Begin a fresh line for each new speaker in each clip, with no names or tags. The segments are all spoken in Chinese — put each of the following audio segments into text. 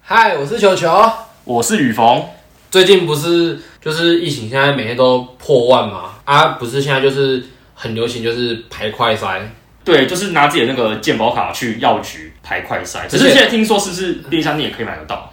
嗨，我是球球。
我是雨逢，
最近不是就是疫情，现在每天都破万嘛？啊，不是现在就是很流行，就是排快筛。
对，就是拿自己的那个健保卡去药局排快筛，只是
而且
现在听说是不是便利商店也可以买得到？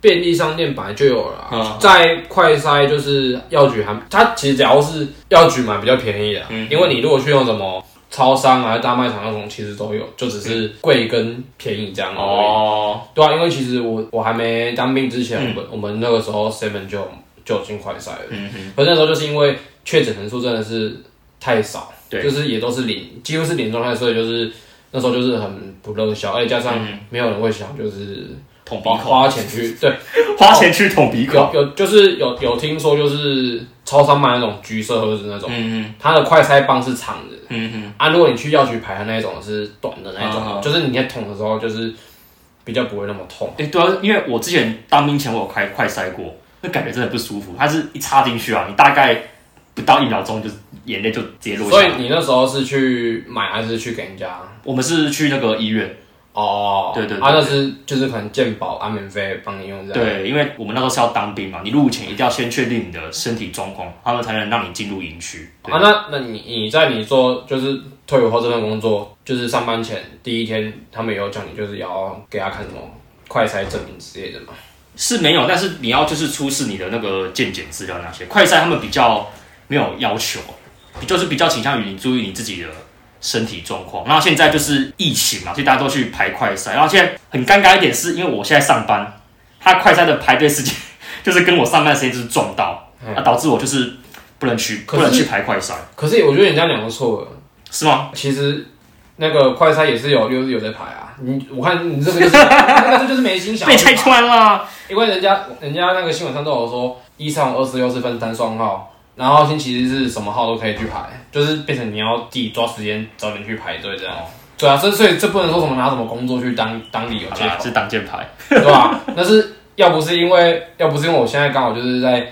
便利商店本来就有了啊、
嗯
在快筛就是药局还，它其实只要是药局买比较便宜的啊、
嗯
因为你如果去用什么超商啊、大卖场那种，其实都有，就只是贵跟便宜这样而已。
哦，
对啊，因为其实我我还没当兵之前，
嗯
我们我们那个时候 seven 就就已经快筛了，
嗯哼，
可是那时候就是因为确诊人数真的是太少，
对
就是也都是零，几乎是零状态，所以就是那时候就是很不热销，而且加上
嗯
没有人会想就是
捅鼻
花
孔，
花钱 去对，
花钱去捅鼻孔，
有有就是有有听说就是超商卖那种橘色盒子那种，
嗯哼，
它的快筛棒是长的
嗯哼，
啊，如果你去药局排的那一种是短的那一
嗯
种，
嗯
就是你在捅的时候就是比较不会那么痛。
哎、对啊，因为我之前当兵前我有开快筛过，那感觉真的不舒服，它是一插进去啊，你大概不到一秒钟就是眼泪就直接落下
所以
来。
你那时候是去买还是去给人家？
我们是去那个医院，
哦，
对对对
啊，那是就是可能健保啊，免费帮你用这样。
对，因为我们那时候是要当兵嘛，你入伍前一定要先确定你的身体状况，他们才能让你进入营区。对
啊，那那你你在你做就是退伍后这份工作，就是上班前第一天，他们有叫你就是要给他看什么快筛证明之类的嘛？
是没有，但是你要就是出示你的那个健检资料那些，快筛他们比较没有要求，就是比较倾向于你注意你自己的身体状况。然后现在就是疫情嘛，所以大家都去排快筛。然后现在很尴尬一点，是因为我现在上班，他快筛的排队时间就是跟我上班时间就是撞到，
嗯
啊，导致我就是不能去
可
不
是
能去排快筛，
可是我觉得你这样讲不错了，
是吗？
其实那个快筛也是有有有在排啊。你我看你这个就是 那这就是没心想
被
要去
拆
排，
穿 了，
因为人家人家那个新闻上都有说一上二四六是分单双号。然后星期日是什么号都可以去排，就是变成你要自己抓时间早点去排队这样。对啊，所以所以这不能说什么拿什么工作去当当理由
好
借口
啦，。啊是挡箭牌。
对吧、但是要不是因为，要不是因为我现在刚好就是在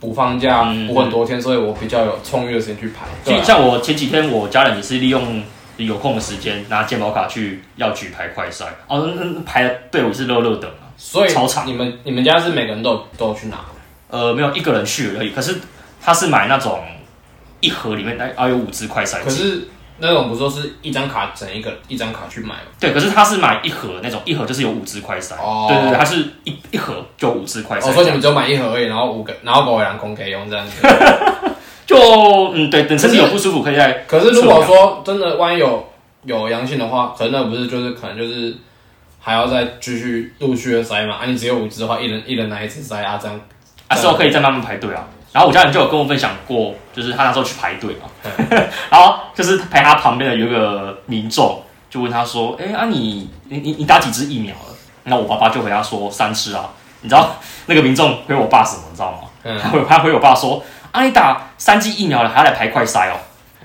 补放假，
嗯
补、很多天，所以我比较有充裕的时间去排。
所
对
以
啊、
像我前几天，我家人也是利用有空的时间拿健保卡去药局排快筛，哦，那那那排的队伍是热热啊的嘛，
所以
超长
你们你们家是每个人都有都有去拿吗，
呃，没有一个人去而已。可是他是买那种一盒里面大啊有五支快筛
可
剂，
是那种不是说是一张卡整一个一张卡去买吗？
对，可是他是买一盒那种，一盒就是有五支快筛，
哦
对对对，他是一一盒就五支快
我说你
筛，
们只有买一盒而已，然后五个，然后狗两公给用这样子。
就嗯对，等身体有不舒服可以再
可是如果说真的万一有有阳性的话，可能那不是就是可能就是还要再继续陆续的筛嘛？啊，你只有五支的话，一人一人拿一支筛啊，这样
啊之后可以再慢慢排队啊。然后我家人就有跟我分享过，就是他那时候去排队嘛，
对
然后就是排他旁边的有一个民众就问他说：“哎、啊你你你你打几支疫苗了？”那我爸爸就回答说：“三支啊。”你知道那个民众回我爸什么？你知道吗？
嗯
他回他回我爸说：“啊你打三剂疫苗了，还要来排快筛哦。”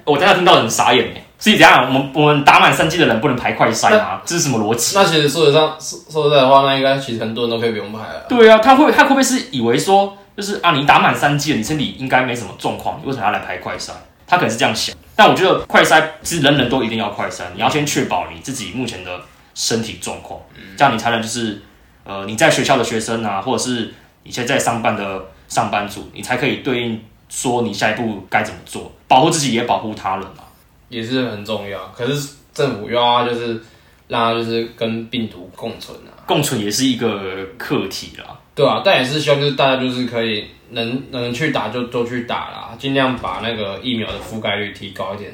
我当时听到很傻眼哎，所以怎样？我们我们打满三剂的人不能排快筛吗？这是什么逻辑？
那其实说实上说说实在的话，那应该其实很多人都可以不用排了。
对啊，他会他会不会是以为说，就是啊，你打满三剂了，你身体应该没什么状况，你为什么要来排快筛？他可能是这样想。但我觉得快筛其实人人都一定要快筛，你要先确保你自己目前的身体状况，这样你才能就是呃你在学校的学生啊，或者是你现在在上班的上班族，你才可以对应说你下一步该怎么做，保护自己也保护他人啊。
也是很重要。可是政府又要就是让它就是跟病毒共存啊，
共存也是一个课题啦。
对啊，但也是希望就是大家就是可以能能去打就都去打啦，尽量把那个疫苗的覆盖率提高一点。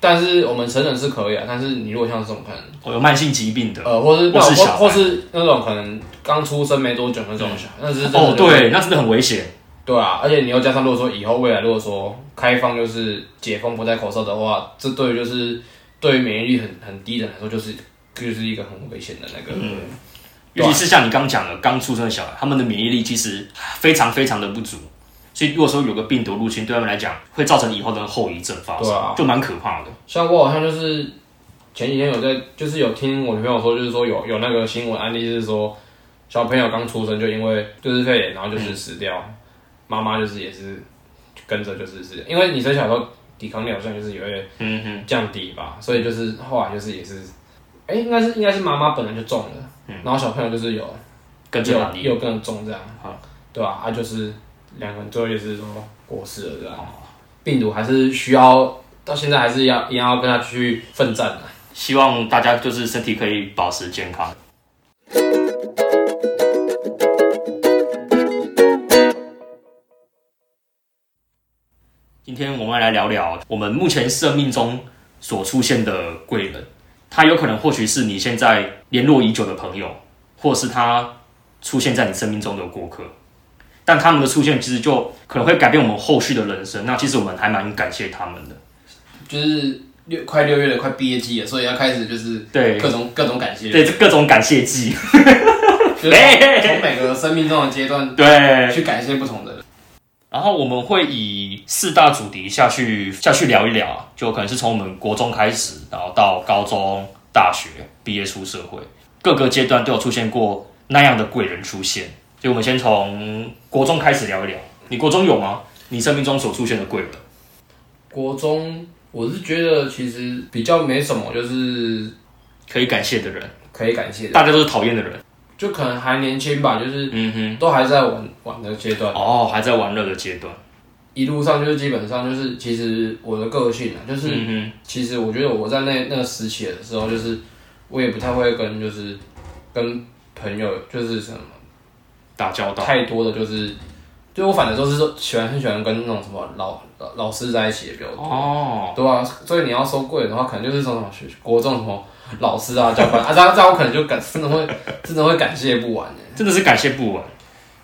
但是我们成人是可以啊，但是你如果像这种可能
我有慢性疾病的，
呃，或是那
啊或
种
是
或
小孩
或是那种可能刚出生没多久那种小孩，那是真的
哦，对，那真的很危险。
对啊，而且你又加上，如果说以后未来如果说开放就是解封不戴口罩的话，这对于就是对于免疫力很很低的人来说，就是就是一个很危险的那个。啊
尤其是像你刚讲的，刚出生的小孩，他们的免疫力其实非常非常的不足，所以如果说有个病毒入侵，对他们来讲会造成以后的后遗症发生，
对啊
就蛮可怕的。
像我好像就是前几天有在，就是有听我女朋友说，就是说有有那个新闻案例是说，小朋友刚出生就因为就是肺炎，然后就是死掉，
嗯
妈妈就是也是跟着就是死掉，因为你生小时候抵抗力好像就是有点
嗯哼，
降低吧，所以就是
嗯
后来就是也是，哎、应该是应该是妈妈本来就中了，然后小朋友就是有
跟
又
着打力。
又更重这样
啊好，
对吧、啊？就是两个人最后也是说过世了，对
哦
吧、病毒还是需要到现在还是要一样要跟他去奋战的、
希望大家就是身体可以保持健康。今天我们来聊聊我们目前生命中所出现的贵人，他有可能或许是你现在联络已久的朋友，或是他出现在你生命中的过客。但他们的出现其实就可能会改变我们后续的人生，那其实我们还蛮感谢他们的。
就是六快六月了，快毕业季了，所以要开始就是
对
各种各种感谢，
对，这各种感谢祭。
就是从每个生命中的阶段
对，
去感谢不同的人。
然后我们会以四大主题下去下去聊一聊啊，就可能是从我们国中开始，然后到高中、大学毕业出社会，各个阶段都有出现过那样的贵人出现。所以我们先从国中开始聊一聊，你国中有吗？你生命中所出现的贵人？
国中我是觉得其实比较没什么，就是
可以感谢的人，
可以感谢的，
大家都是讨厌的人。
就可能还年轻吧，就是
嗯
都还在玩玩的阶段
哼，。哦，还在玩乐的阶段。
一路上就是基本上就是，其实我的个性啊，就是
嗯
其实我觉得我在那那个时期的时候，就是我也不太会跟就是跟朋友就是什么
哼，打交道。
太多的就是，就我反正都是说喜欢很喜欢跟那种什么老老老师在一起的比较多，
哦，
对啊，所以你要说贵的话，可能就是这种什么学国中什么老师啊教官啊，这样这样我可能就感真的会真的会感谢不完。
真的是感谢不完。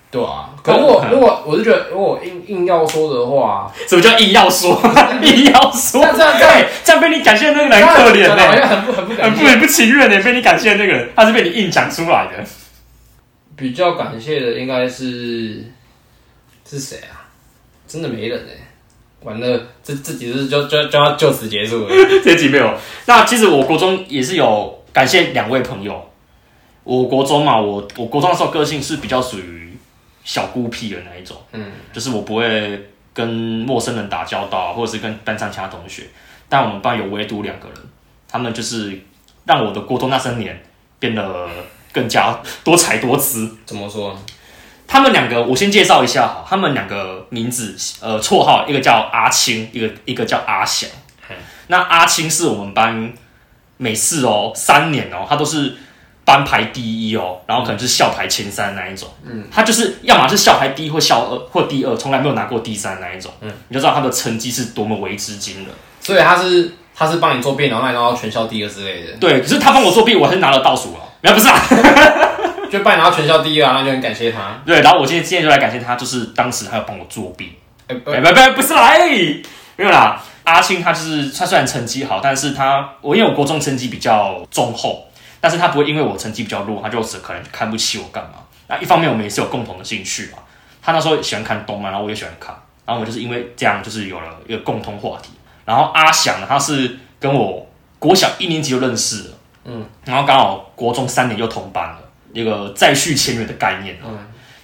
对啊，可如果如果我是觉得，如果硬硬要说的话，
什么叫硬要说？ 硬要说？
这样这样
对这样被你感谢的那个人很可怜欸
当
呢、
然好像很不很不感
很不
谢。
很不情愿的、被你感谢的那个人，他是被你硬讲出来的。
比较感谢的应该是是谁啊？真的没人哎、完了，这这几次就就就要就此结束了。
这集没有。那其实我国中也是有感谢两位朋友。我国中嘛，我我国中的时候个性是比较属于小孤僻的那一种，
嗯，
就是我不会跟陌生人打交道，啊或者是跟班上其他同学。但我们班有唯独两个人，他们就是让我的国中那三年变得更加多才多姿。
怎么说？
他们两个，我先介绍一下哈，他们两个名字，呃，绰号，一个叫阿青，一个一个叫阿翔。那阿青是我们班每次哦，三年哦，他都是班排第一哦，然后可能就是校排前三那一种。嗯，他就是要么是校排第一或校二或第二，从来没有拿过第三那一种。嗯，你就知道他的成绩是多么为之惊人。
所以他是他是帮你做便当，让你拿到全校第二之类的，
对，可是他帮我作弊，我还是拿了倒数了。没有，不是啊，
就帮你拿到全校第一啊，那就很感谢他。
对，然后我今天今天就来感谢他，就是当时他有帮我作弊。
哎、不
哎，不不不是啦，哎，没有啦。阿青他就是他虽然成绩好，但是他我因为我国中成绩比较中后，但是他不会因为我成绩比较弱，他就是可能看不起我干嘛。那一方面我们也是有共同的兴趣嘛，他那时候喜欢看动漫，然后我也喜欢看，然后我们就是因为这样就是有了一个共同话题。然后阿翔呢，他是跟我国小一年级就认识了，嗯，然后刚好国中三年又同班了，一个再续前缘的概念了。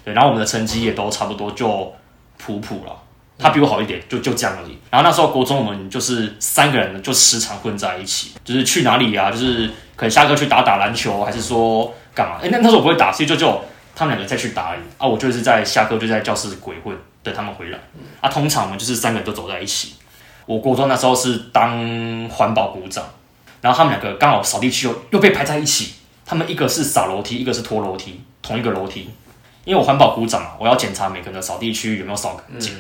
对，然后我们的成绩也都差不多就普普了。他比我好一点，就就这样而已。然后那时候国中我们就是三个人就时常混在一起，就是去哪里啊，就是可能下课去打打篮球，还是说干嘛？哎、那那时候我不会打，所以就就他们两个再去打而已啊。我就是在下课就在教室鬼混，等他们回来啊。通常我们就是三个人都走在一起。我国中那时候是当环保股长，然后他们两个刚好扫地区又又被排在一起，他们一个是扫楼梯，一个是拖楼梯，同一个楼梯。因为我环保股长嘛，我要检查每个人的扫地区有没有扫干净。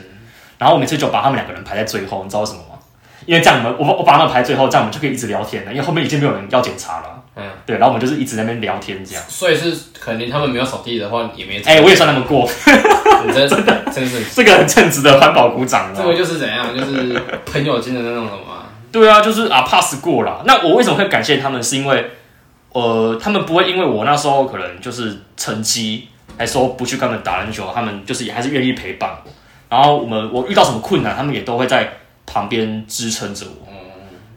然后我每次就把他们两个人排在最后，你知道为什么吗？因为这样我们我我把他们排最后，这样我们就可以一直聊天了，因为后面已经没有人要检查了。
嗯，
对，然后我们就是一直在那边聊天这样。
所以是可能他们没有扫地的话，也没
哎、我也算他们过，
你真真的真是
这个很称职的环保股长
这
了。
个就是怎样，就是朋友间的那种什么啊、
对啊，就是啊 pass 过了。那我为什么会感谢他们？是因为呃，他们不会因为我那时候可能就是成绩，还说不去跟他们打篮球，他们就是也还是愿意陪伴我。然后我们我遇到什么困难，他们也都会在旁边支撑着我。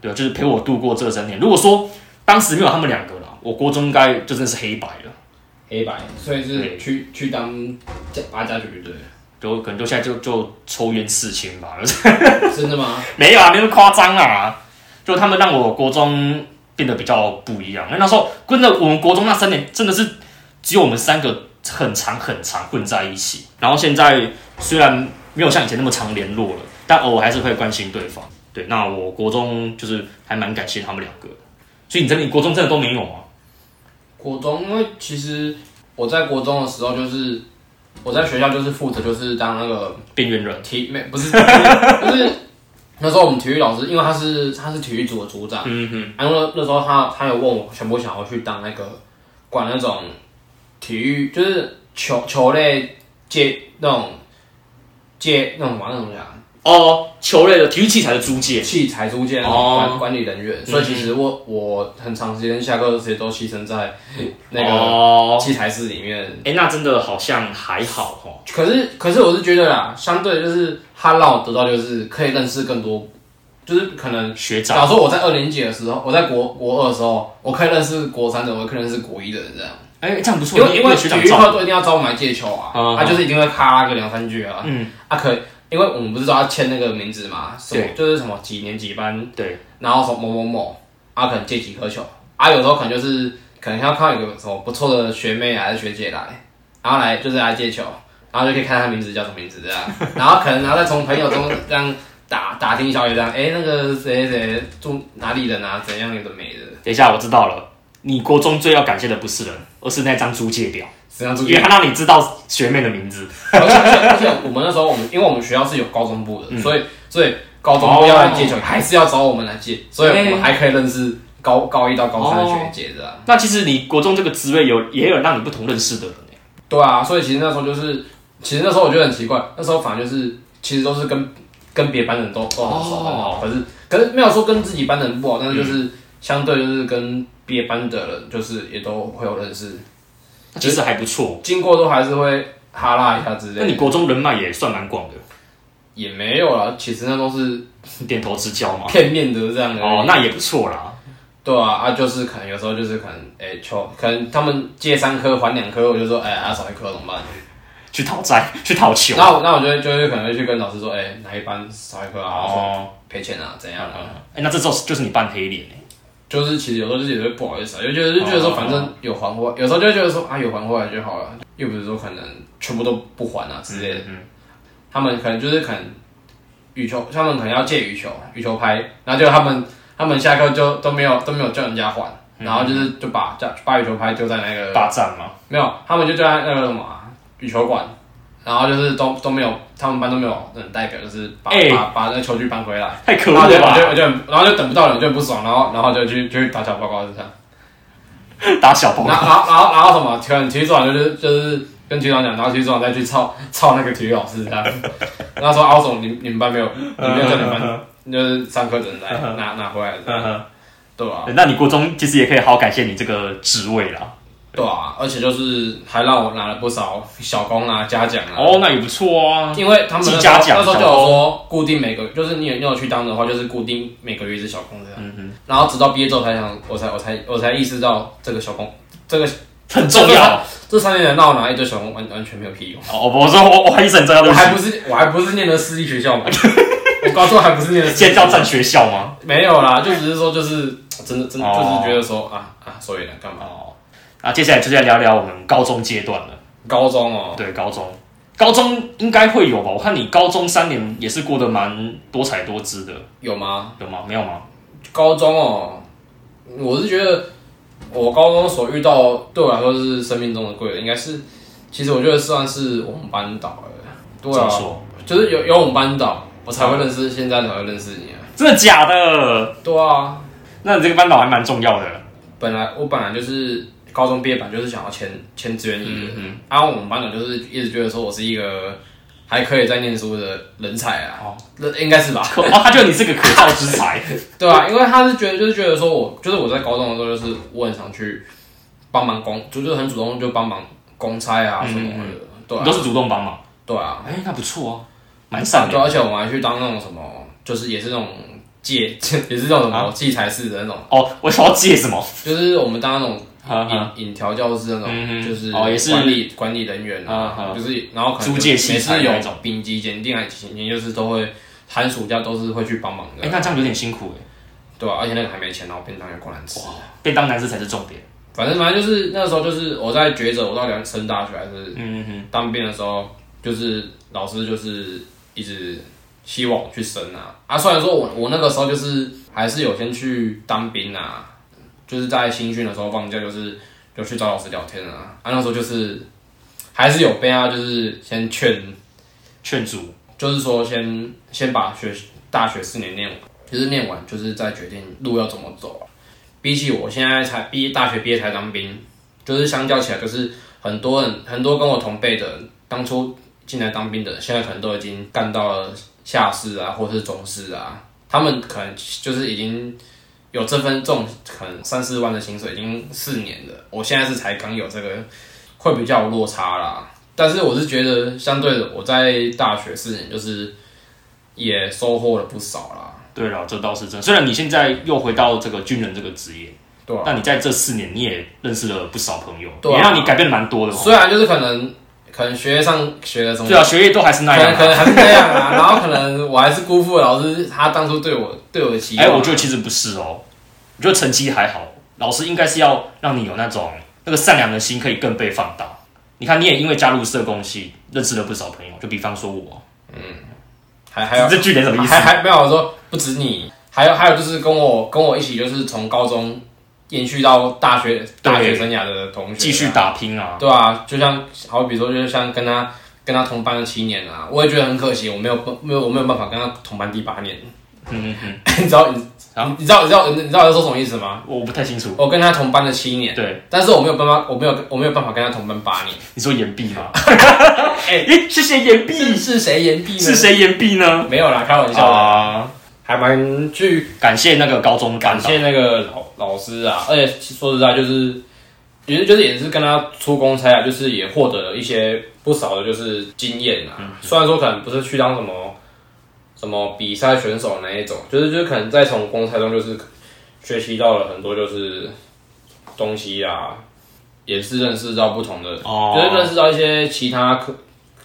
对啊，就是陪我度过这三年。如果说当时没有他们两个啦，我国中应该就真的是黑白了，
黑白，所以是
对
去去当家八家局对了，
就可能就现在就就抽烟刺青吧，
真的吗？
没有啊，没那么夸张啊。就他们让我国中变得比较不一样，因为那时候真的我们国中那三年真的是只有我们三个很长很长混在一起。然后现在虽然没有像以前那么常联络了，但偶尔还是会关心对方。对，那我国中就是还蛮感谢他们两个的。所以你真的，你国中真的都没有啊吗？
国中，因为其实我在国中的时候，就是我在学校就是负责就是当那个
边缘人，
体没不是，就是那时候我们体育老师，因为他是他是体育组的组长，
嗯哼，
然后那时候他他有问我想不想要去当那个管那种体育，就是球球类界那种界那种玩那种讲
哦，球类的体育器材的租借，
器材租借那种
哦
管、管理人员，所以其实我我很长时间下课时间都牺牲在那个
哦，
器材室里面。
哎、那真的好像还好哦。
可是，可是我是觉得啦，相对就是他让我得到就是可以认识更多，就是可能，
学长，
假如说我在二年级的时候，我在国国二的时候，我可以认识国三的，我可以认识国一的人这样。
哎、这样不错，
因为因为
有
体
学长
育
照
课都一定要找我们来借球啊，他、
嗯
就是一定会咔啦个两三句啊。
嗯，
啊可，因为我们不是说要签那个名字嘛，什么
对
就是什么几年几班，
对，
然后什么某某某，啊可能借几颗球，啊有时候可能就是可能要看到有个什么不错的学妹啊还是学姐来，然后来就是来借球，然后就可以看她名字叫什么名字这样，然后可能然后再从朋友中这样打打听小姐这样，哎、那个谁谁谁住哪里人啊，怎样有的没的，
等一下我知道了。你国中最要感谢的不是人，而是那张租借表，
怎样住
因为它让你知道学妹的名字。
而且而且我们那时候我们因为我们学校是有高中部的，所以所以高中部要来借球，还是要找我们来借，所以我们还可以认识高高一到高三的学姐这样。
那其实你国中这个职位有也有让你不同认识的人欸
对啊，所以其实那时候就是，其实那时候我觉得很奇怪，那时候反正就是其实都是跟跟别班人都都很熟很
哦
好，可是可是没有说跟自己班的人不好，但是就是、
嗯
相对就是跟别班的人就是也都会有认识，
那其实还不错。
经过都还是会哈拉一下之
那
类
你
的，
国中人脉也算蛮广的，
也没有啦，其实那都是
点头之交嘛。
片面的这样的。
哦，那也不错啦。
对啊，啊，就是可能有时候就是可能，哎、球可能他们借三颗还两颗，我就说，哎、啊少一颗怎么办？
去讨债， 去讨球。
那我那我就会就会可能会去跟老师说，哎、哪一班少一颗啊，说
哦，
赔钱啊，怎样啊？
哎、那这时候就是你扮黑脸欸
就是其实有时候自己也会不好意思啊，就觉得就觉得说
哦
反正有还回来，有时候就会觉得说啊有还回来就好了，又不是说可能全部都不还啊之类的。
嗯
他们可能就是可能羽球，他们可能要借羽球羽球拍，然后就他们他们下课就都没有都没有叫人家还，
嗯
然后就是就把叫把羽球拍丢在那个
霸占嘛。
没有，他们就就在那个什么啊羽球馆，然后就是都都没有，他们班都没有人代表，就是把、
哎
把把那个球具搬回来，
太可恶
然后就
了
我就
吧！
我就很然后就等不到人，我就很不爽，然后然后就去就去打小报告就这样，
打小报
然
告，
后然后然后然后什么体育体育组长就是就是跟体育长讲，然后体育组长再去操操那个体育老师这 样，然后说啊，总你你们班没有，你
嗯
没有叫你们班。就是上课只能来拿拿回来这样，
嗯
对啊，
那你国中其实也可以好好感谢你这个职位啦。
对啊，而且就是还让我拿了不少小工啊、嘉奖啊，
哦，那也不错啊。
因为他们那时候
自家奖
那时候就有说固定每个，就是你有你有去当的话，就是固定每个月一只小工这样。
嗯哼，
然后直到毕业之后才想，我才我才我才意识到这个小工，这个
很重 要。
这三年来让我拿一堆小工完完全没有屁用。
哦，我说我我还一直很重要
我
的
还不是我还不是念的私立学校嘛，我高中还不是念的私立
建
学
教
校，
占学校吗？
没有啦，就只是说就是真的真的
哦
就是觉得说啊啊，所以呢干嘛？
哦，那接下来就再聊聊我们高中阶段了。
高中哦，
对，高中，高中应该会有吧？我看你高中三年也是过得蛮多彩多姿的，
有吗？
有吗？没有吗？
高中哦，我是觉得我高中所遇到对我来说是生命中的贵人，应该是，其实我觉得算是我们班导了。对
怎么
啊，
说？
就是有有我们班导，我才会认识，现在才会认识你啊。
真的假的？
对啊，
那你这个班导还蛮重要的。
本来我本来就是高中毕业版，就是想要签签志愿役的，
嗯
然后我们班导就是一直觉得说我是一个还可以在念书的人才啊，
哦
那应该是吧？
可哦，他觉得你是个可造之才。
对啊，因为他是觉得就是觉得说我就是我在高中的时候就是我很常去帮忙工，就就是很主动就帮忙公差啊什么的， 对
你
啊
嗯都是主动帮忙，
对啊，
哎、那不错啊，蛮善
对
良。
啊，而且我们还去当那种什么，就是也是那种借， 也是那种什
啊
么器材室的那种，
哦，我想要借什么？嗯
就是我们当那种
哈啊哈
引引调教师那
嗯
种，
哼
就是
哦也是
管理管理人员
啊
啊
啊，
就是然后可能
租借
每
器材
次
那
有
种
丙级检定还是几年，就是都会寒暑假都是会去帮忙
哎、
的，
那这样有点辛苦哎、
对啊，而且那个还没钱，然后便当也过难吃，
便当男子才是重点。
反正反正就是那时候就是我在抉择我到底要升大学还是
嗯嗯
当兵的时候，就是老师就是一直希望我去升啊啊！虽然说我我那个时候就是还是有先去当兵啊，就是在新训的时候放假就是就去找老师聊天啊啊！那时候就是还是有被他就是先劝，
劝阻，
就是说先先把学大学四年念完，就是念完就是再决定路要怎么走啊、比起我现在才毕业大学毕业才当兵，就是相较起来，就是很多人很多跟我同辈的人，当初进来当兵的人，现在可能都已经干到了下士啊，或是中士啊，他们可能就是已经有这份这种可能三四万的薪水，已经四年了。我现在是才刚有这个，会比较有落差啦。但是我是觉得，相对的，我在大学四年就是也收获了不少啦。
对了，这倒是真的。虽然你现在又回到这个军人这个职业，
对啊
但你在这四年你也认识了不少朋友，
对啊
也让你改变了蛮多的哦。
虽然就是可能可能学业上学的什么
对啊，学业都还是那
可
样
能可
啊。
能还是那样啊， 然后可能我还是辜负了老师他当初对我对我的期
哎、
望。
我觉得其实不是哦，我觉得成绩还好，老师应该是要让你有那种那个善良的心可以更被放大。你看，你也因为加入社工系认识了不少朋友，就比方说我，
还还有
这句点什么意思
还？还没有我说不止你，还有还有就是跟我跟我一起就是从高中延续到大学大学生涯的同学啊，
继续打拼啊！
对啊，就像好比说，就是像跟他跟他同班的七年啊，我也觉得很可惜，我没有没有我没有办法跟他同班第八年。
嗯嗯
你知道你
啊
你知道你知道你知道我在说什么意思吗？
嗯，我不太清楚。
我跟他同班的七年，
对，
但是我没有办法，我没有我没有办法跟他同班八年。
你说岩壁吗？
哎
哎、是谁
是
岩壁？
是谁言毕呢？
是谁岩壁呢？
没有啦，开玩笑的，
啊，
还蛮去
感谢那个高中班
感
长，
谢那个老老师啊，而且说实在就是，也是就是也是跟他出公差啊，就是也获得了一些不少的就是经验啊。虽然说可能不是去当什么什么比赛选手那一种，就是就是可能在从公差中就是学习到了很多就是东西啊，也是认识到不同的
哦
就是认识到一些其他科，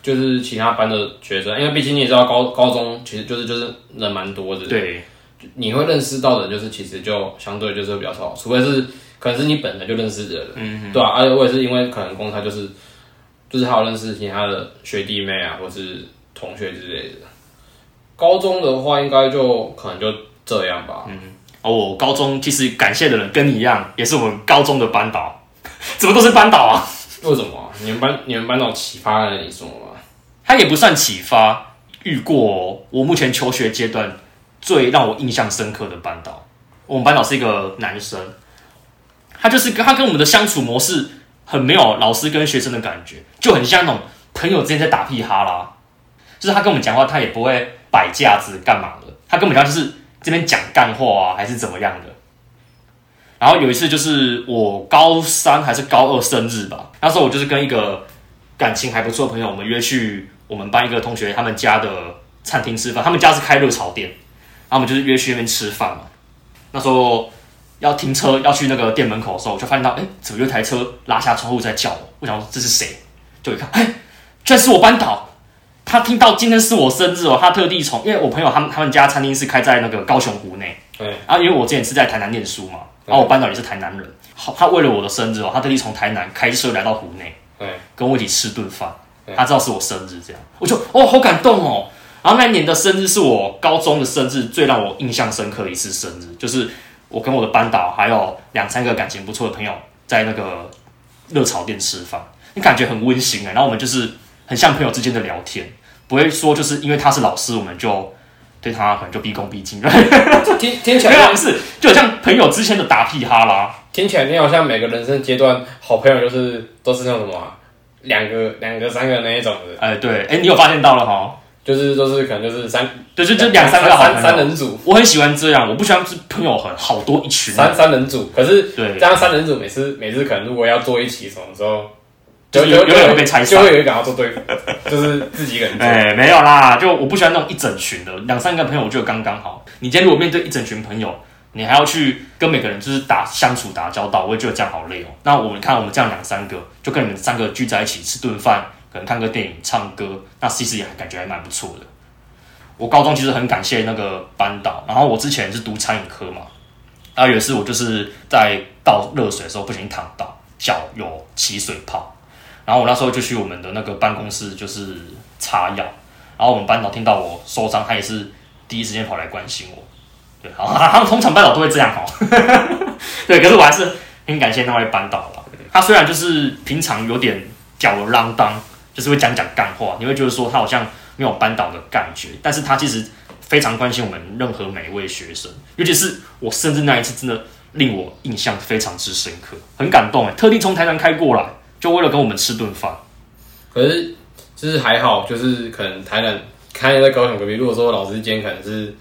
就是其他班的学生，因为毕竟你也知道高高中其实就是就是人蛮多的，
对，
你会认识到的，就是其实就相对就是比较少，除非是可能是你本来就认识的人，嗯，对啊，而且我也是因为可能公差就是就是还有认识其他的学弟妹啊，或是同学之类的。高中的话，应该就可能就这样吧。
哦，我高中其实感谢的人跟你一样，也是我们高中的班导， 怎么都是班导啊？
为什么啊、你们班你们班长启发了你什么吗？
他也不算启发，遇过我目前求学阶段最让我印象深刻的班导。我们班导是一个男生，他就是跟他跟我们的相处模式很没有老师跟学生的感觉，就很像那种朋友之间在打屁哈啦。就是他跟我们讲话，他也不会摆架子干嘛的，他根本上就是这边讲干话啊，还是怎么样的。然后有一次就是我高三还是高二生日吧，那时候我就是跟一个感情还不错的朋友，我们约去我们班一个同学他们家的餐厅吃饭，他们家是开热炒店，然后我们就是约去那边吃饭嘛。那时候要停车要去那个店门口的时候，我就发现到，哎、怎么有一台车拉下窗户在叫我？我想说这是谁？就一看，哎、居然是我班导。他听到今天是我生日哦，他特地从因为我朋友他们他们家餐厅是开在那个高雄湖内，
对，
啊，因为我之前是在台南念书嘛，然后我班导也是台南人，好，他为了我的生日哦，他特地从台南开车来到湖内。
对，
跟我一起吃顿饭
对，
他知道是我生日，这样我就哦好感动哦。然后那一年的生日是我高中的生日，最让我印象深刻的一次生日，就是我跟我的班导还有两三个感情不错的朋友在那个热炒店吃饭，你感觉很温馨哎、然后我们就是很像朋友之间的聊天，不会说就是因为他是老师，我们就对他可能就毕恭毕敬，没
听听起
有
来
不是，就很像朋友之间的打屁哈啦。
听起来你好像每个人生阶段好朋友就是都是那种什么啊、两个两个三个那一种的，
哎、对，哎、你有发现到了哈？
就是都是可能就是三
对，就就两三个好朋
三
友
三人组，
我很喜欢这样，我不喜欢是朋友很好多一群人。
三三人组，可是
对
这，样三人组每次每次可能如果要做一起什么时候，
就是有有人会被拆
就
散
会有一个要做对付，就是自己一个 人做。
哎、没有啦，就我不喜欢那种一整群的，两三个朋友我觉得刚刚好。你今天如果面对一整群朋友，你还要去跟每个人就是打相处打交道，我也觉得这样好累哦。那我们看我们这样两三个，就跟你们三个聚在一起吃顿饭，可能看个电影、唱歌，那其实也感觉还蛮不错的。我高中其实很感谢那个班导，然后我之前是读餐饮科嘛，然后有一次我就是在倒热水的时候不小心烫到脚有起水泡，然后我那时候就去我们的那个办公室就是擦药，然后我们班导听到我受伤，他也是第一时间跑来关心我。对，好， 他们通常班导都会这样哦。 对，可是我还是很感谢那位班导了。他虽然就是平常有点吊儿郎当，就是会讲讲干话，你会觉得说他好像没有班导的感觉，但是他其实非常关心我们任何每一位学生，尤其是我甚至那一次真的令我印象非常之深刻，很感动哎，特地从台南开过来，就为了跟我们吃顿饭。
可是就是还好，就是可能台南开在高雄隔壁。如果说老师今天可能是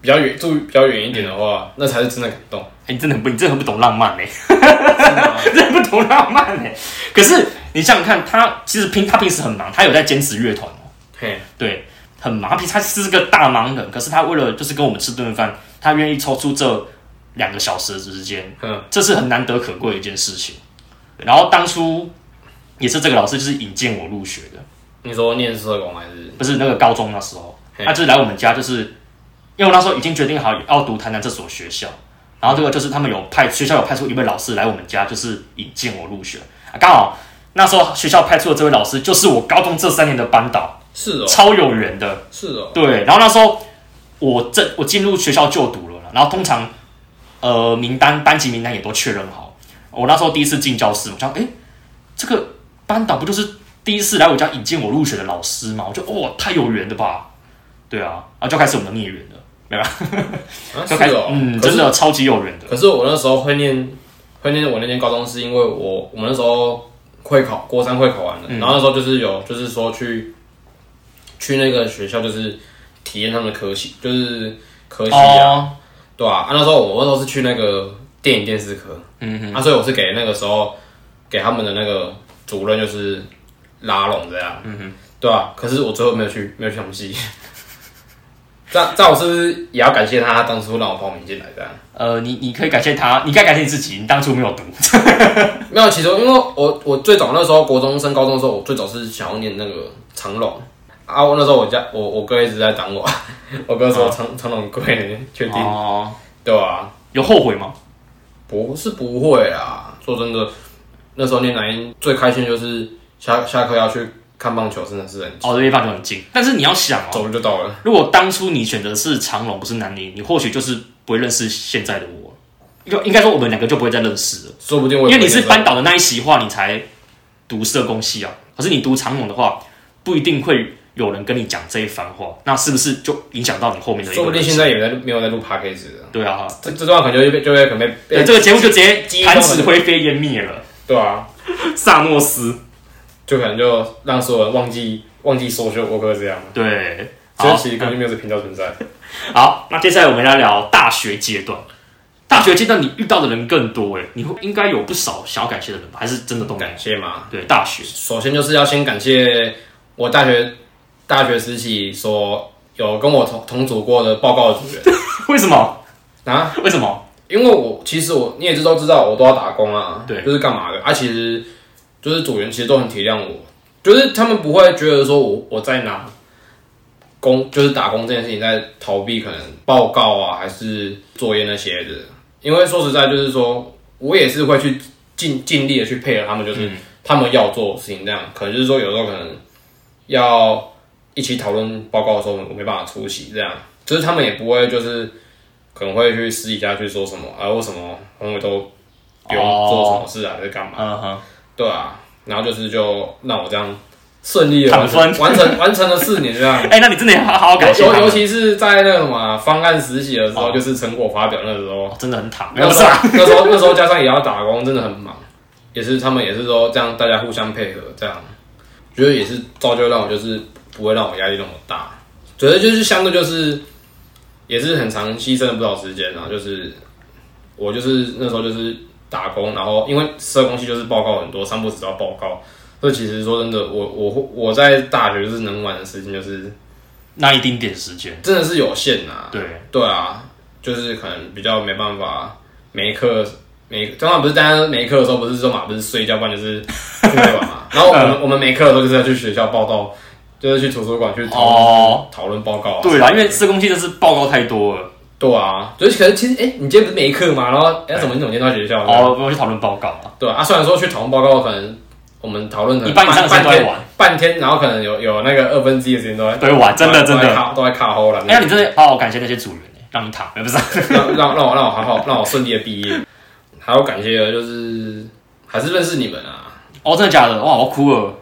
比较远住比较远一点的
嗯
话，那才是真的感动。
哎、你真的很不，你真的很不懂浪漫哎、
真的啊
真的不懂浪漫哎、可是你想想看，他其实平他平时很忙，他有在坚持乐团哦，
嘿，
对，很忙。他平时他是个大忙人，可是他为了就是跟我们吃顿饭，他愿意抽出这两个小时的时间，
嗯，
这是很难得可贵的一件事情。然后当初也是这个老师就是引荐我入学的，
你说念社工还是？
不是那个高中那时候，
嘿
他就是来我们家，就是因为我那时候已经决定好要读台南这所学校，然后这个就是他们有派学校有派出一位老师来我们家，就是引荐我入学，啊刚、好那时候学校派出的这位老师就是我高中这三年的班导，
是哦，
超有缘的。
是哦，
对，然后那时候我这我进入学校就读了啦，然后通常呃名单班级名单也都确认好。我那时候第一次进教室，我想哎，诶这个班导不就是第一次来我家引荐我入学的老师吗？我就哦，太有缘了吧？对啊，然后就开始我们的孽缘了，
啊是
就开始、
哦，
嗯，
可
真
是
的超级有缘的。
可是我那时候会念会念我那间高中，是因为我我们那时候会考，国三会考完了，然后那时候就是有就是说去去那个学校，就是体验他们的科系，就是科系啊，
哦，
对啊，啊那时候我那时候是去那个电影电视科，嗯哼，啊所以我是给那个时候给他们的那个主任就是拉拢这样，嗯哼，对啊，可是我最后没有去没有去他们系。 这样这样我是不是也要感谢他当初让我报名进来这样？
呃，你你可以感谢他，你该感谢你自己，你当初没有读。
没有，其实因为我我最早那时候国中升高中的时候，我最早是想要念那个长隆啊。我那时候我家我我哥一直在挡我， 我哥说长、长隆贵呢，确定、
啊哦，
对啊？
有后悔吗？
不是不会啊，说真的，那时候念南音最开心就是下下课要去看棒球，真的是很
哦，这地方就很近，但是你要想哦，
走路就到了。
如果当初你选择是长隆不是南宁，你或许就是不会认识现在的我，就应该说我们两个就不会再认识了，
说不定我也
因为
不会
你是
念
班导的那一席话，你才读社工系啊。可是你读长隆的话，不一定会有人跟你讲这一番话，那是不是就影响到你后面的
这
一
个，说
个
不定
人生？
现在也在没有在录 podcast 了
对啊，
这这段可能就会被就会可能被
对
被
这个节目就直接
记忆中
弹
的
指灰飞烟灭了。
对啊，
萨诺斯，
就可能就让所有人忘记忘记说就我哥这样了。
对，
所
好
以，其实根本就没有这频道存在。
好，那接下来我们来聊大学阶段。大学阶段你遇到的人更多诶，你会应该有不少想要感谢的人吧？还是真的都没有
感谢嘛，
对，大学
首先就是要先感谢我大学大学时期所有跟我同同组过的报告组员
为什么？
啊，
为什么？
因为我其实我你也知道知道我都要打工啊，
对
就是干嘛的啊，其实就是组员其实都很体谅我，就是他们不会觉得说我我在拿工就是打工这件事情在逃避可能报告啊还是作业那些的，因为说实在就是说我也是会去尽尽力的去配合他们，就是他们要做的事情这样，可能就是说有时候可能要一起讨论报告的时候，我没办法出席这样，就是他们也不会就是可能会去私底下去说什么啊，为什么红伟都不用做什么事啊，在干嘛？
哦嗯哼，
对啊，然后就是就让我这样顺利的
躺
完成
分
完成完成了四年这样。
哎、那你真的要好好 感谢
尤
他
尤
们，
其是在那个什么方案实习的时候，
哦
就是成果发表那时候，
哦真的很躺，
那
不
时
是
候
啊，
那时候那时候加上也要打工，真的很忙，也是他们也是说这样大家互相配合，这样觉得也是造就让我就是不会让我压力那么大，觉得就是相对就是也是很长牺牲了不少时间啊，就是我就是那时候就是打工，然后因为社工系就是报告很多，三不只要报告，所以其实说真的，我我我在大学就是能玩的事情就是
那一丁点时间，
真的是有限啊，
对，
对啊，就是可能比较没办法，每一刻每通常不是大家每一课的时候不是说嘛，不是睡觉，不然就是 去玩 嘛。然后我们我们每一课的时候就是要去学校报道，就是去图书馆去讨论
哦，
讨论报告啊。
对啦，因为社工系真是报告太多了，
对啊，就是可是其实，哎、你今天不是没课吗？然后哎、怎么你怎么今天到学校？
哦，我要去讨论报告了。
对啊，啊虽然说去讨论报告，可能我们讨论可能
一半以上的时
半
间都在
天
玩，
半天，然后可能有有那个二分之一的时间都在
对玩，真的
都
真
在
的。
卡都在卡齁了。
哎、呀，你真的好好感谢那些组员，让你躺，不是啊？
让让让我让我好好让我顺利的毕业，还要感谢的就是还是认识你们啊。
哦，真的假的？哇，我哭了。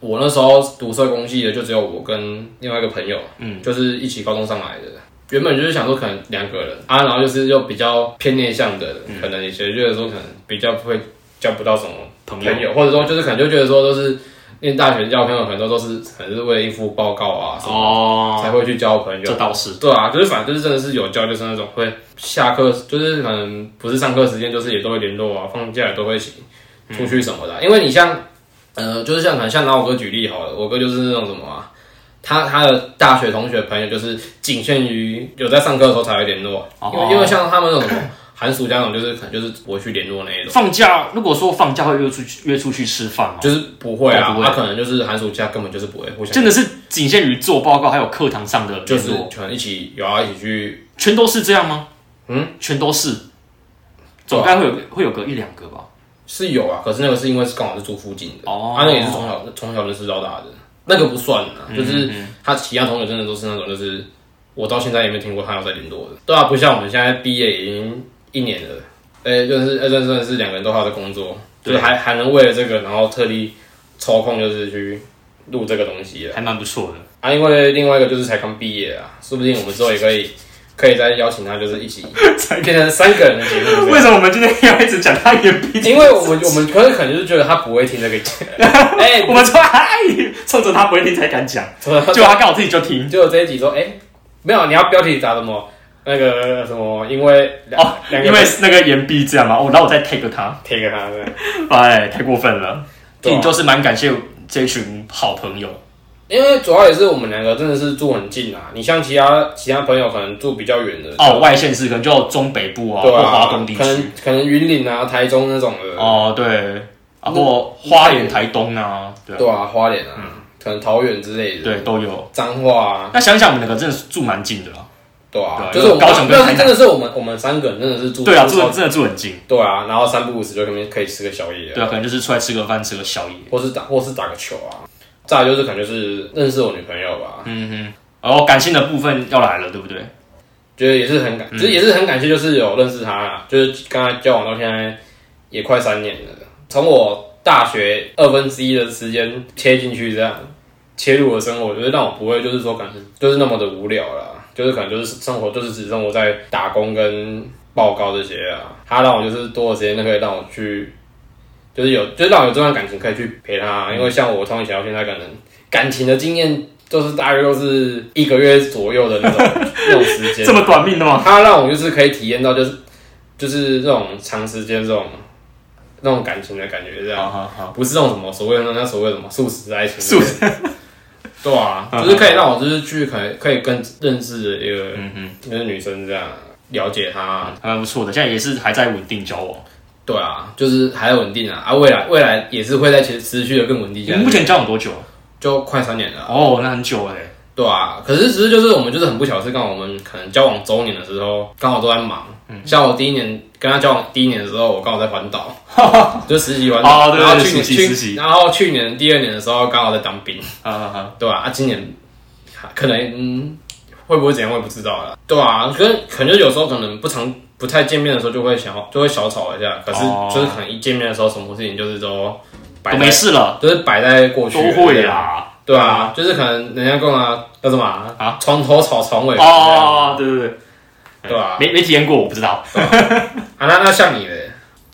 我那时候读社工系的就只有我跟另外一个朋友，
嗯，
就是一起高中上来的。原本就是想说可能两个人啊，然后就是又比较偏内向的人，
嗯
可能也觉得说可能比较不会交不到什么
朋友
朋友，或者说就是可能就觉得说都是念大学交朋友，很多都是可能是为了应付报告啊什么、
哦，
才会去交朋友
这。倒是。
对啊，就是反正就是真的是有交，就是那种会下课，就是可能不是上课时间，就是也都会联络啊，放假也都会一起
嗯
出去什么的啊、因为你像，呃，就是像可能像拿我哥举例好了，我哥就是那种什么啊，他他的大学同学朋友就是仅限于有在上课的时候才会联络
哦
啊、因为因为像他们那种什么寒暑假那种，就是可能就是不会去联络那一种，
放假，如果说放假会约出去约出去吃饭吗？
就是不会啊
哦，不会
他可能就是寒暑假根本就是不会互相，
真的是仅限于做报告，还有课堂上的
就
联
是
络，
可能一起有啊一起去，
全都是这样吗？
嗯，
全都是，啊总该会有会有个一两个吧。
是有啊，可是那个是因为是刚好是住附近的。啊
哦，
他那个也是从小从小认识到大的，那个不算啊，就是他其他同学真的都是那种，就是我到现在也没听过他有在联络的，对啊，不像我们现在毕业已经一年了，哎、就是哎，认识认识两个人都还有在工作，就是还还能为了这个，然后特地抽空就是去录这个东西啊，
还蛮不错的。
啊，因为另外一个就是才刚毕业啊，说不定我们之后也可以可以再邀请他，就是一起变成三个人的节目这样。
为什么我们今天要一直讲他也毕
因为我们我们可能可能就是觉得他不会听这个 节目，哎、
我们说哎，冲着他不会听才敢讲， 就他刚好自己就听。
就这一集说，哎、没有，你要标题打什么？那个什么，因为两
哦，
两、
因
个
为那个岩壁这样嘛，哦，然后我再 take 他，
贴给他的，
哎，太过分了。
对啊
你就是蛮感谢这群好朋友，
因为主要也是我们两个真的是住很近啊。你像其他其他朋友可能住比较远的，
哦，外县市可能就中北部啊，
对
或
啊，
华东地
可
区，
能可能云林啊、台中那种的，
哦，对，啊，或花莲、台东啊，对啊
对啊，花莲啊，可能桃园之类的，
对都有。
彰化啊，
那想想我们两个真的是住蛮近的啦，
对啊，
对啊
就是我们
高雄跟
那
台
是
南
真的是我们我们三个人真的是住
对啊，
住
住真的真的住很近，
对啊，然后三不五时就可以可以吃个宵夜啊
对啊，可能就是出来吃个饭，吃个宵夜，
或是打或是打个球啊。再来就是可能就是认识我女朋友吧，
嗯哼。然后感性的部分要来了，对不对？
觉得也是很感，其实也是很感谢，就是有认识他啦，就是跟他交往到现在也快三年了，从我大学二分之一的时间切进去这样切入我的生活，就是让我不会就是说感觉就是那么的无聊啦，就是可能就是生活就是只生活在打工跟报告这些啊，他让我就是多的时间就可以让我去，就是有就是让我有这段感情可以去陪他啊，因为像我从以前到现在可能感情的经验。就是大约都是一个月左右的那种那种时间，
这么短命的吗？
哦它让我就是可以体验到，就是就是这种长时间这种那种感情的感觉，这样
哦好好好，
不是那种什么所谓的那所谓什么素食爱情，
素
食，对啊， 就是可以让我就是去可以可以跟认识的一个
嗯哼，
就是女生这样了解她，
还蛮不错的，现在也是还在稳定交往。
对啊，就是还稳定啊，啊未来未来也是会在持持续的更稳定
你
下
们目
去，
前交往多久？
就快三年了啊。
哦，那很久哎。
对啊，可是只是就是我们就是很不巧，是刚好我们可能交往周年的时候，刚好都在忙。像我第一年跟他交往第一年的时候，我刚好在环 岛，就实习环岛。
哦对
然后
对
去年
暑期
去
实习
然后去年第二年的时候刚好在当兵，
好好好，
对啊，啊今年可能、嗯、会不会怎样，我也不知道了。对啊，可能可能就有时候可能不常不太见面的时候，就会想要就会小吵一下。可是
哦
就是可能一见面的时候，什么事情就是都摆
都
在
没事了，
就是摆在过去
都会啦。
对啊，就是可能人家跟啊叫什么啊，
啊
床头吵床尾
哦，对对对，
对啊
没没体验过，我不知道。
啊，那那像你嘞，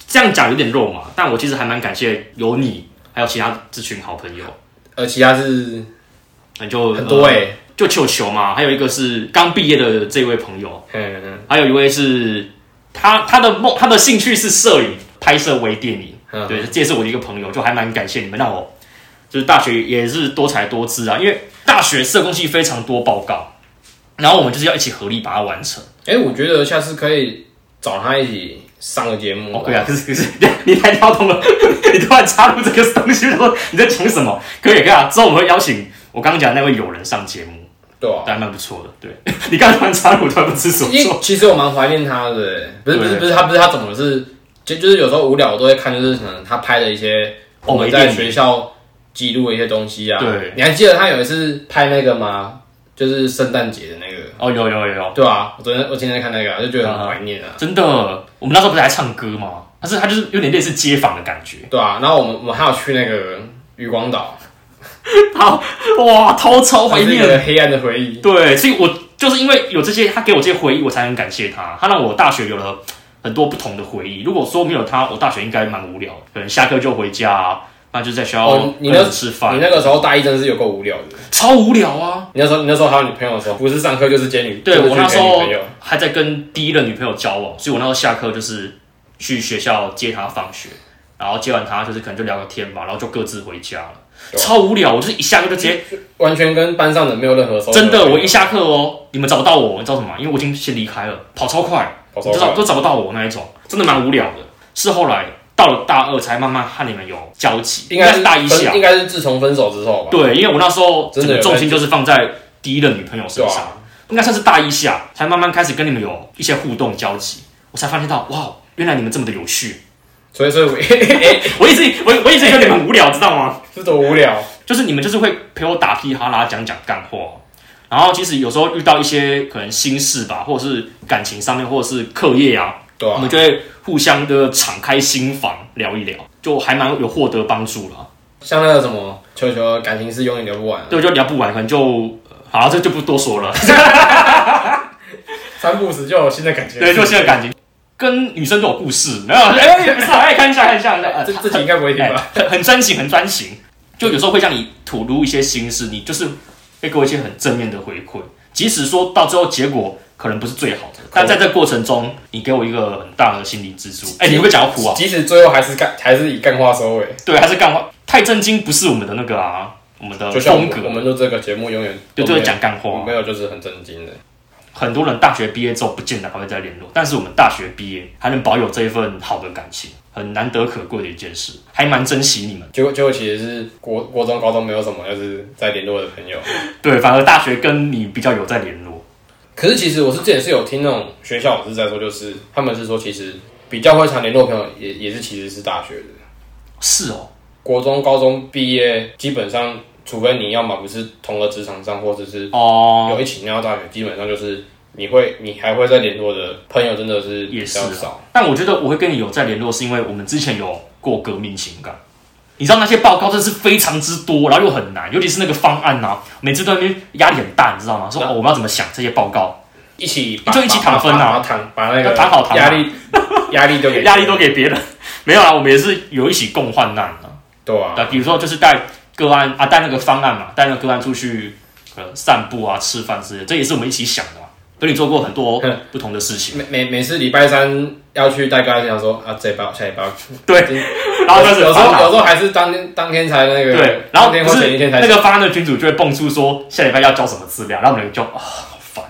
这样讲有点肉麻，但我其实还蛮感谢有你，还有其他这群好朋友，
呃，其他是
那就
很多哎、
呃
欸，
就球球嘛，还有一个是刚毕业的这位朋友，啊
嗯嗯
还有一位是他他的梦，他的兴趣是摄影，拍摄微电影。
嗯，
对，这也是我的一个朋友，就还蛮感谢你们，让我就是大学也是多才多姿啊，因为大学社工系非常多报告，然后我们就是要一起合力把它完成。
哎、我觉得下次可以找他一起上个节目
哦，对啊，可是可 是你太跳动了， 你突然插入这个东西，说你在讲什么？可以可以啊，之后我们会邀请我刚刚讲的那位友人上节目，
对啊，
但还蛮不错的。对 你刚才突然插入，我突然不知所
因
措。
为其实我蛮怀念他的欸，不是不是
对
不是他不是他怎么是，就就是有时候无聊我都会看，就是可能他拍的一些我
偶
们
哦一
在
电
学
影，
校记录的一些东西啊。
对
你还记得他有一次拍那个吗？就是圣诞节的那个，
哦，有有有有，
对啊，我昨天我今天在看那个啊、就觉得很怀念啊，
真的，我们那时候不是还唱歌吗？但是他就是有点类似街访的感觉。
对啊。然后我们我们还有去那个渔光岛，
好，哇，超超
它
哦怀
是一
念
个黑暗的回忆。
对，所以我就是因为有这些，他给我这些回忆，我才很感谢他。他让我大学有了很多不同的回忆。如果说没有他，我大学应该蛮无聊的，可能下课就回家、啊，那就在学校
哦你
跟
那
人吃饭，
你那个时候大一真是有够无聊的，
超无聊啊！
你那时候你那时候还有女朋友的时候，不是上课就是接女，
对
就是
我那
去
时
接女
候
朋友，
还在跟第一任女朋友交往，所以我那时候下课就是去学校接她放学，然后接完她就是可能就聊个天吧，然后就各自回家了，
对啊
超无聊。我就是一下课就直接
完全跟班上的没有任何收。
真的，我一下课哦，你们找不到我，你知道什么吗？因为我已经先离开了，跑超快，
跑超
你知道
快
都找不到我那一种，真的蛮无聊的。是后来到了大二才慢慢和你们有交集，
应该
是
是
大一
分
下
应，该是自从分手之后吧。
对，因为我那时候
真
整
的有
个重心就是放在第一任女朋友身
对
上，
啊，
应该算是大一下才慢慢开始跟你们有一些互动交集，我才发现到哇，原来你们这么的有趣。
所以所以我
我一直我我一直觉得你们很无聊，知道吗？
是多无聊，
就是你们就是会陪我打屁哈啦，讲讲干货。然后其实有时候遇到一些可能心事吧，或者是感情上面，或者是课业啊，
对
我
啊，
们就会互相的敞开心房聊一聊，就还蛮有获得帮助了。
像那个什么球球，感情是永远聊不完啊，
对，就聊不完，可能就呃好了，这就不多说了。
三不时就有新的感觉。
对，就现在感情跟女生都有故事，没有？哎、不是啊，哎、看一下，看一下，看一下，呃
这自己应该不会听
哎
吧？
很很专情，很专情。就有时候会让你吐露一些心事，你就是会给我一些很正面的回馈，即使说到最后结果可能不是最好的，但在这过程中，你给我一个很大的心理支柱。哎、你会不会讲要哭啊？
即使最后还是干，还是以干话收尾。
对，还是干话？太震惊不是我们的那个啊，我们的
就像
风
我我
格，
们做这个节目，永远
就
都
就
没
是
有
讲干话啊
没。有就是很震惊的。
很多人大学毕业之后不见得还会再联络，但是我们大学毕业还能保有这一份好的感情，很难得可贵的一件事，还蛮珍惜你们。
结果结果其实是国国中、高中没有什么就是在联络的朋友。
对，反而大学跟你比较有在联络。
可是其实我是之前是有听那种学校老师在说，就是他们是说其实比较会常联络的朋友也也是其实是大学的。
是哦，
国中、高中毕业，基本上，除非你要么不是同个职场上，或者是
哦，
有一起念到大学，基本上就是你会，你还会再联络的朋友真的是比
也是
较
啊
少。
但我觉得我会跟你有在联络，是因为我们之前有过革命情感。你知道那些报告真是非常之多，然后又很难，尤其是那个方案呐、每次都在那边压力很大，你知道吗？说、哦、我们要怎么想这些报告，
一起把
就一起
把
躺分啊
把把躺把那
要
个
躺好躺好
压 力压力都给
压力都给别人。没有啊，我们也是有一起共患难啊。
对啊，
对，比如说就是带个案啊，带那个方案嘛，带那个个案出去呃散步啊、吃饭之类的，这也是我们一起想的嘛。跟你做过很 多
哼
不同的事情，
每每每次礼拜三要去带高想说啊，这一包下一包，
对
今，
然后就是
有时候有
啊
时候还是当天当天才那个
对，然后
当天
不
或
是
前一天才
那个方案的群主就会蹦出说下礼拜要交什么资料，然后我们就啊、好烦，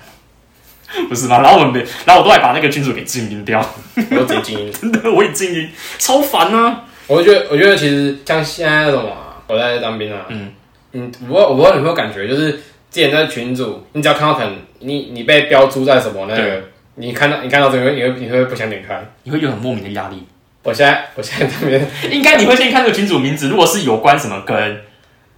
不是吗？然后我们每然后我都还把那个群主给静音掉，
我直接静音。
真的我也静音，超烦啊！
我觉得，我觉得其实像现在那种啊，我在当兵啊，
嗯
嗯，我不知道我不知道你有没有感觉，就是之前在群组，你只要看到可能你你被标注在什么那个
对，
你看到你看到这个，你会你会不想点开。
你会有很莫名的压力。
我现在我现在这边
应该你会先看这个群主名字，如果是有关什么跟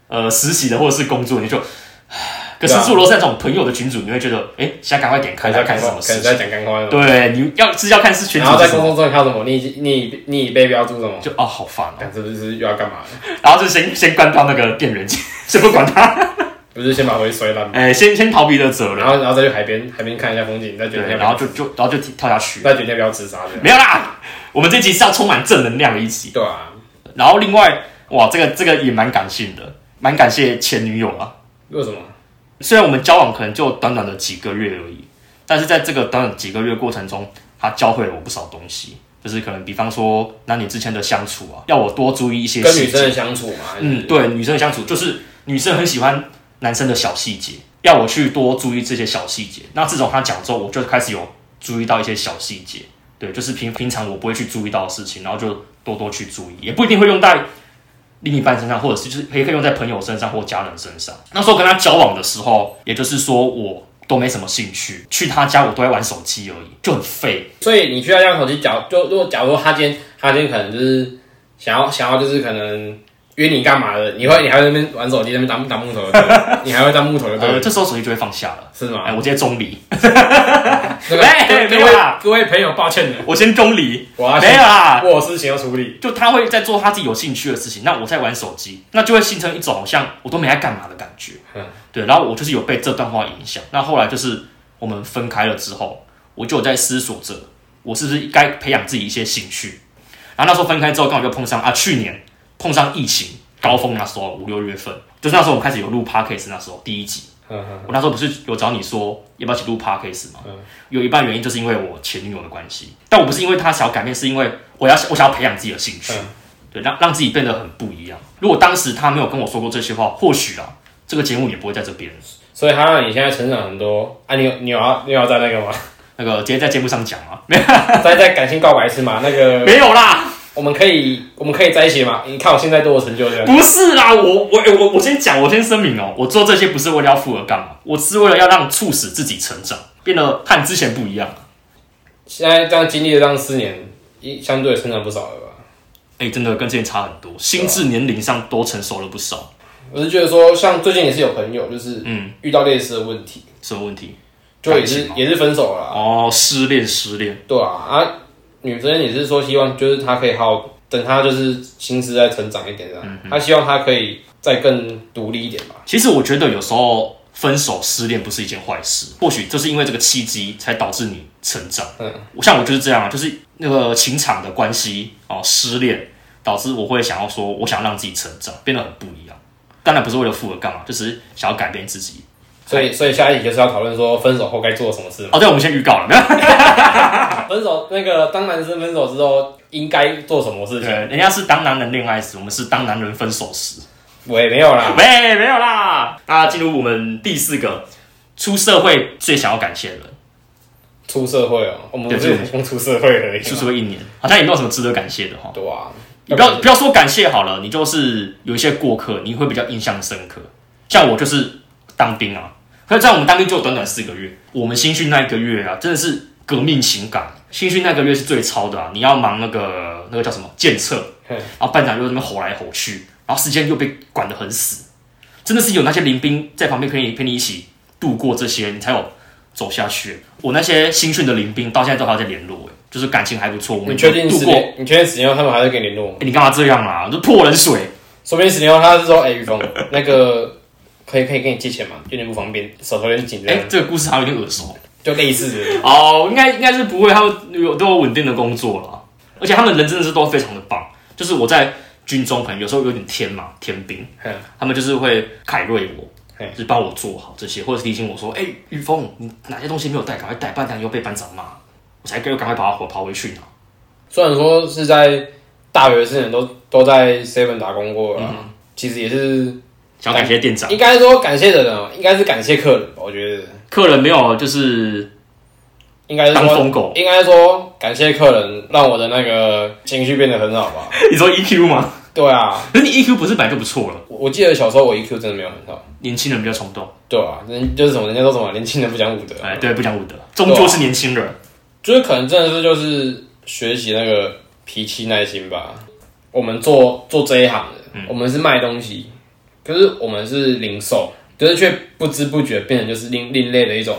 呃实习的或者是工作，你就。 唉可是
对啊
如果是那种朋友的群主，你会觉得，哎、想赶快点开
看在
来 看
干
是什
话，
么
可
事
能在讲
情。
干话那种。
对，你要是要看是群
然
主
后
是
在
什
工
么，
作中你看到什么，你已经你已你已被标注什么，
就哦好烦哦、
看是不是又要干嘛了？
然后就先先关掉那个电源键， 先不管它，
不是先把回摔烂吗？
哎、先先逃避了责
然
任，
后然后再去海边海边看一下风景，再决定
对，
要不
然
要
后就就然后就跳下去，
再决定要不要自杀的。
没有啦，我们这集是要充满正能量的一集。
对啊，
然后另外，哇，这个这个也蛮感性的，蛮感谢前女友啊。
为什么？
虽然我们交往可能就短短的几个月而已，但是在这个短短几个月过程中，他教会了我不少东西，就是可能比方说男女之间的相处啊，要我多注意一些
跟
细
女生
节。
的相处嘛，还是
嗯，对，女生的相处就是女生很喜欢男生的小细节，要我去多注意这些小细节。那自从他讲之后，我就开始有注意到一些小细节，对，就是平平常我不会去注意到的事情，然后就多多去注意，也不一定会用在另一半身上，或者是就是也可以用在朋友身上或家人身上。那时候跟他交往的时候，也就是说我都没什么兴趣，去他家我都在玩手机而已，就很废。
所以你去他家手机，假就如果假如他今天他今天可能就是想要想要就是可能约你干嘛的，你会你还会在那边玩手机，在那边当当木头的对 了，你还会当木头的对
呃，
了，
这时候手机就会放下了。
是
哎、
吗？
我直接中 离，
这个
哎
各
没有啦
各位各位朋友，抱歉了，
我先中离，
我要
没有啊啦，
我有事情要处理。
就他会在做他自己有兴趣的事情，那我在玩手机，那就会形成一种好像我都没在干嘛的感觉。
嗯
对，然后我就是有被这段话影响。那后来就是我们分开了之后，我就有在思索着，我是不是该培养自己一些兴趣。然后那时候分开之后，刚好就碰上啊，去年碰上疫情高峰那时候五六月份，就是那时候我们开始有录 podcast，那时候第一集，
嗯嗯
我那时候不是有找你说要不要一起录 podcast 吗？有一半原因就是因为我前女友的关系，但我不是因为她想要改变，是因为我要我想要培养自己的兴趣，
嗯
对，让让自己变得很不一样。如果当时她没有跟我说过这些话，或许啊，这个节目也不会在这边。
所以他让你现在成长很多啊！你有你有要你有要在那个吗？
那个直接在节目上讲吗？没
再再感性告白一次嘛？那个
没有啦，
我们可以我们可以在一起吗？你看我现在多有成就这样。
不是啦，我我欸我我先讲，我先声明哦，我做这些不是为了要富而干嘛，我是为了要让促使自己成长，变得和之前不一样。
现在这样经历了这样四年，一相对成长不少了吧？
哎、真的跟之前差很多，心智年龄上都成熟了不少。
我是觉得说，像最近也是有朋友就是
嗯，
遇到类似的问题，
什么问题？
就也
感
是
情吗
也是分手了啦
哦，失恋，失恋。
对啊，啊，女生也是说希望就是她可以好好等她就是心思再成长一点这样，啊她、希望她可以再更独立一点吧。
其实我觉得有时候分手、失恋不是一件坏事，或许就是因为这个契机才导致你成长。
嗯，
我像我就是这样啊，就是那个情场的关系哦，失恋导致我会想要说，我想让自己成长，变得很不一样。当然不是为了复合干嘛，就是想要改变自己。
所以，所以下一题就是要讨论说分手后该做什么事嘛。
哦，对，我们先预告了，
分手那个当男生分手之后应该做什么事情？
对，人家是当男人恋爱时，我们是当男人分手时。
喂，没有啦，
喂，没有啦。那进入我们第四个，出社会最想要感谢的人。
出社会哦、我们不
对
是
对
刚出社会而已
出
嘛。
社会一年，好像也没有什么值得感谢的哈。
对啊，
你不要不要说感谢好了，你就是有一些过客，你会比较印象深刻。像我就是当兵啊，可是在我们当兵就短短四个月，我们新训那一个月啊，真的是革命情感。新训那个月是最超的啊，你要忙那个那个叫什么建测，
嘿
然后班长又在那边吼来吼去，然后时间又被管得很死，真的是有那些临兵在旁边陪你陪你一起度过这些，你才有走下去。我那些新训的临兵到现在都还在联络、欸，就是感情还不错。我们
你确定
度
十
过
年？你确定十年后他们还在跟你联络吗？
欸、你干嘛这样啦、啊？就泼冷水。
说不定十年后他是说，哎、于峰， 那个可以可以跟你借钱吗？有点不方便，手头有点紧
哎、
张，
这个故事好像有点耳熟。
就类似 的。
哦，应该应该是不会，他们有都有稳定的工作了，而且他们人真的是都非常的棒。就是我在军中可能有时候有点天嘛，天兵，
嘿
他们就是会凯瑞我，
嘿
就是帮我做好这些，或者是提醒我说，哎、玉峰，你哪些东西没有带，赶快带，不然等下又被班长骂，我才又赶快把它跑跑回去拿。
虽然说是在大学之前都都在 Seven 打工过啦，其实也是
想要感谢店嗯长，
应该说感谢的人哦，应该是感谢客人吧，我觉得
客人没有就是
应该是
当
说。
疯狗，
应该说，感谢客人让我的那个情绪变得很好吧。
你说 EQ 吗？
对啊，
可是你 EQ 不是本来就不错了，
我我记得小时候我 EQ 真的没有很好。
年轻人比较冲动，
对啊，人就是什么，人家说什么年轻人不讲武德，啊
哎、对，不讲武德，终究是年轻人。
就是可能真的是就是学习那个脾气耐心吧。我们做做这一行的，
嗯
我们是卖东西，可是我们是零售，可是却不知不觉变成就是另另类的一种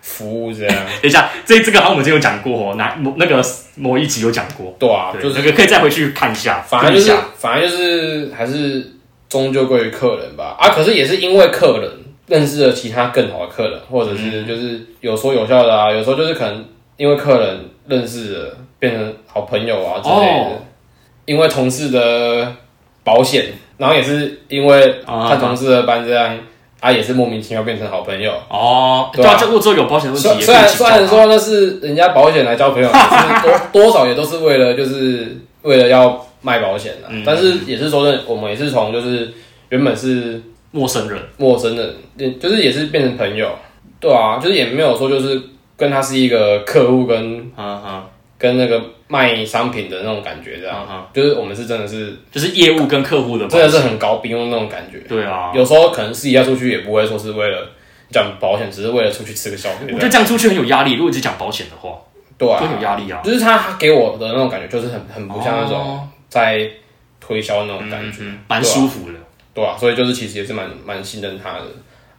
服务这样。
等一下，这这个好像我们之前有讲过哦，哪某那个某一集有讲过，
对啊，
对，
就
那
是
个可以再回去看一下，
反正就是
听一下
反正就是还是终究归于客人吧。啊，可是也是因为客人认识了其他更好的客人，或者是
嗯
就是有说有笑的啊，有时候就是可能因为客人认识了，变成好朋友啊之类的。
哦
因为同事的保险，然后也是因为
啊
他同事的班这样，啊也是莫名其妙变成好朋友。
哦，
对
对
啊
啊，这我之后有保险的问
虽
题也可以
虽
啊
然
请
虽
教
然
他。
说那是人家保险来交朋友，但是 多多少也都是为了就是为了要卖保险的、啊
嗯
但是也是说真的，我们也是从就是原本是
陌生人，
陌生的人，就是也是变成朋友，对啊，就是也没有说就是跟他是一个客户跟
嗯嗯，
跟那个卖商品的那种感觉，这样
嗯哼，
就是我们是真的是
就是业务跟客户的
真
关
的
系。
是很高兵用那种感觉。
对啊，
有时候可能私底下出去也不会说是为了讲保险，只是为了出去吃个宵夜
我觉。得这样出去很有压力。如果只讲保险的话，
对
就很
啊
有，压力啊。
就是他他给我的那种感觉，就是很很不像那种啊
哦
在推销那种感觉。
嗯蛮舒服的。
对啊，所以就是其实也是蛮蛮信任他的。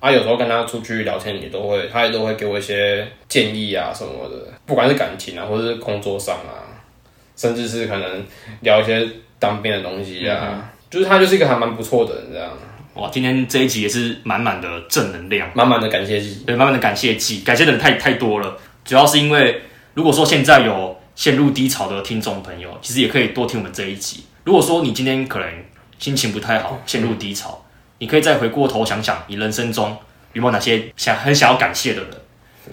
啊，有时候跟他出去聊天，也都会，他也都会给我一些建议啊什么的，不管是感情啊，或是工作上啊，甚至是可能聊一些当兵的东西
嗯
啊，就是他就是一个还蛮不错的人，这样
哇，今天这一集也是满满的正能量，
满满的感谢季。
对，满满的感谢季，感谢的人太太多了。主要是因为，如果说现在有陷入低潮的听众朋友，其实也可以多听我们这一集。如果说你今天可能心情不太好，陷入低潮，你可以再回过头想想，你人生中有没有哪些想很想要感谢的人，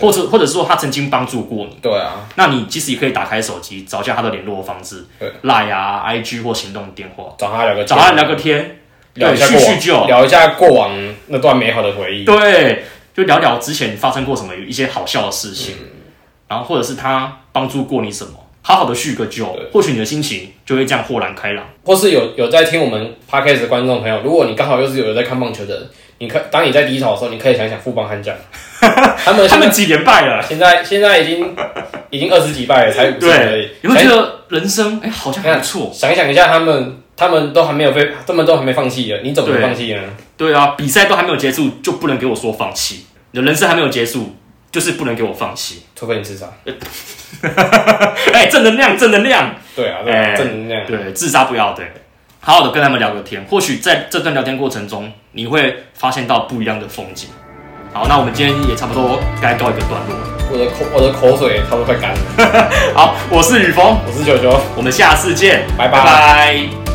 或者或者说他曾经帮助过你。
对啊，
那你其实也可以打开手机找一下他的联络方式
对
，Line 啊、IG 或行动电话，
找他聊个天啊
找他聊个天，
聊一
对，
下
叙
过
叙旧
往，，聊一下过往那段美好的回忆。
对，就聊聊之前发生过什么一些好笑的事情，然后或者是他帮助过你什么，好好的叙个旧，或许你的心情就会这样豁然开朗。
或是有有在听我们 podcast 的观众朋友，如果你刚好又是有在看棒球的人，你可当你在低潮的时候，你可以想想富邦悍将， 他们现
他
在
们几连败了，
现在现在已经已经二十几败了，才五胜而已
对，。你会觉得人生哎、好像还不错，
想想想一下，他们他们都还没有被，他们都还没放弃了，你怎么能
对
放弃呢？
对啊，比赛都还没有结束，就不能给我说放弃，你的人生还没有结束，就是不能给我放弃。
除非你自杀。
哎、正能量，正能量。
对啊，对啊，
哎
正能量。
对，自杀不要对，好好的跟他们聊个天，或许在这段聊天过程中，你会发现到不一样的风景。好，那我们今天也差不多该告一个段落了。
我的口我的口水差不多快干了。
好，我是雨峰，
我是九九。
我们下次见，
拜拜
拜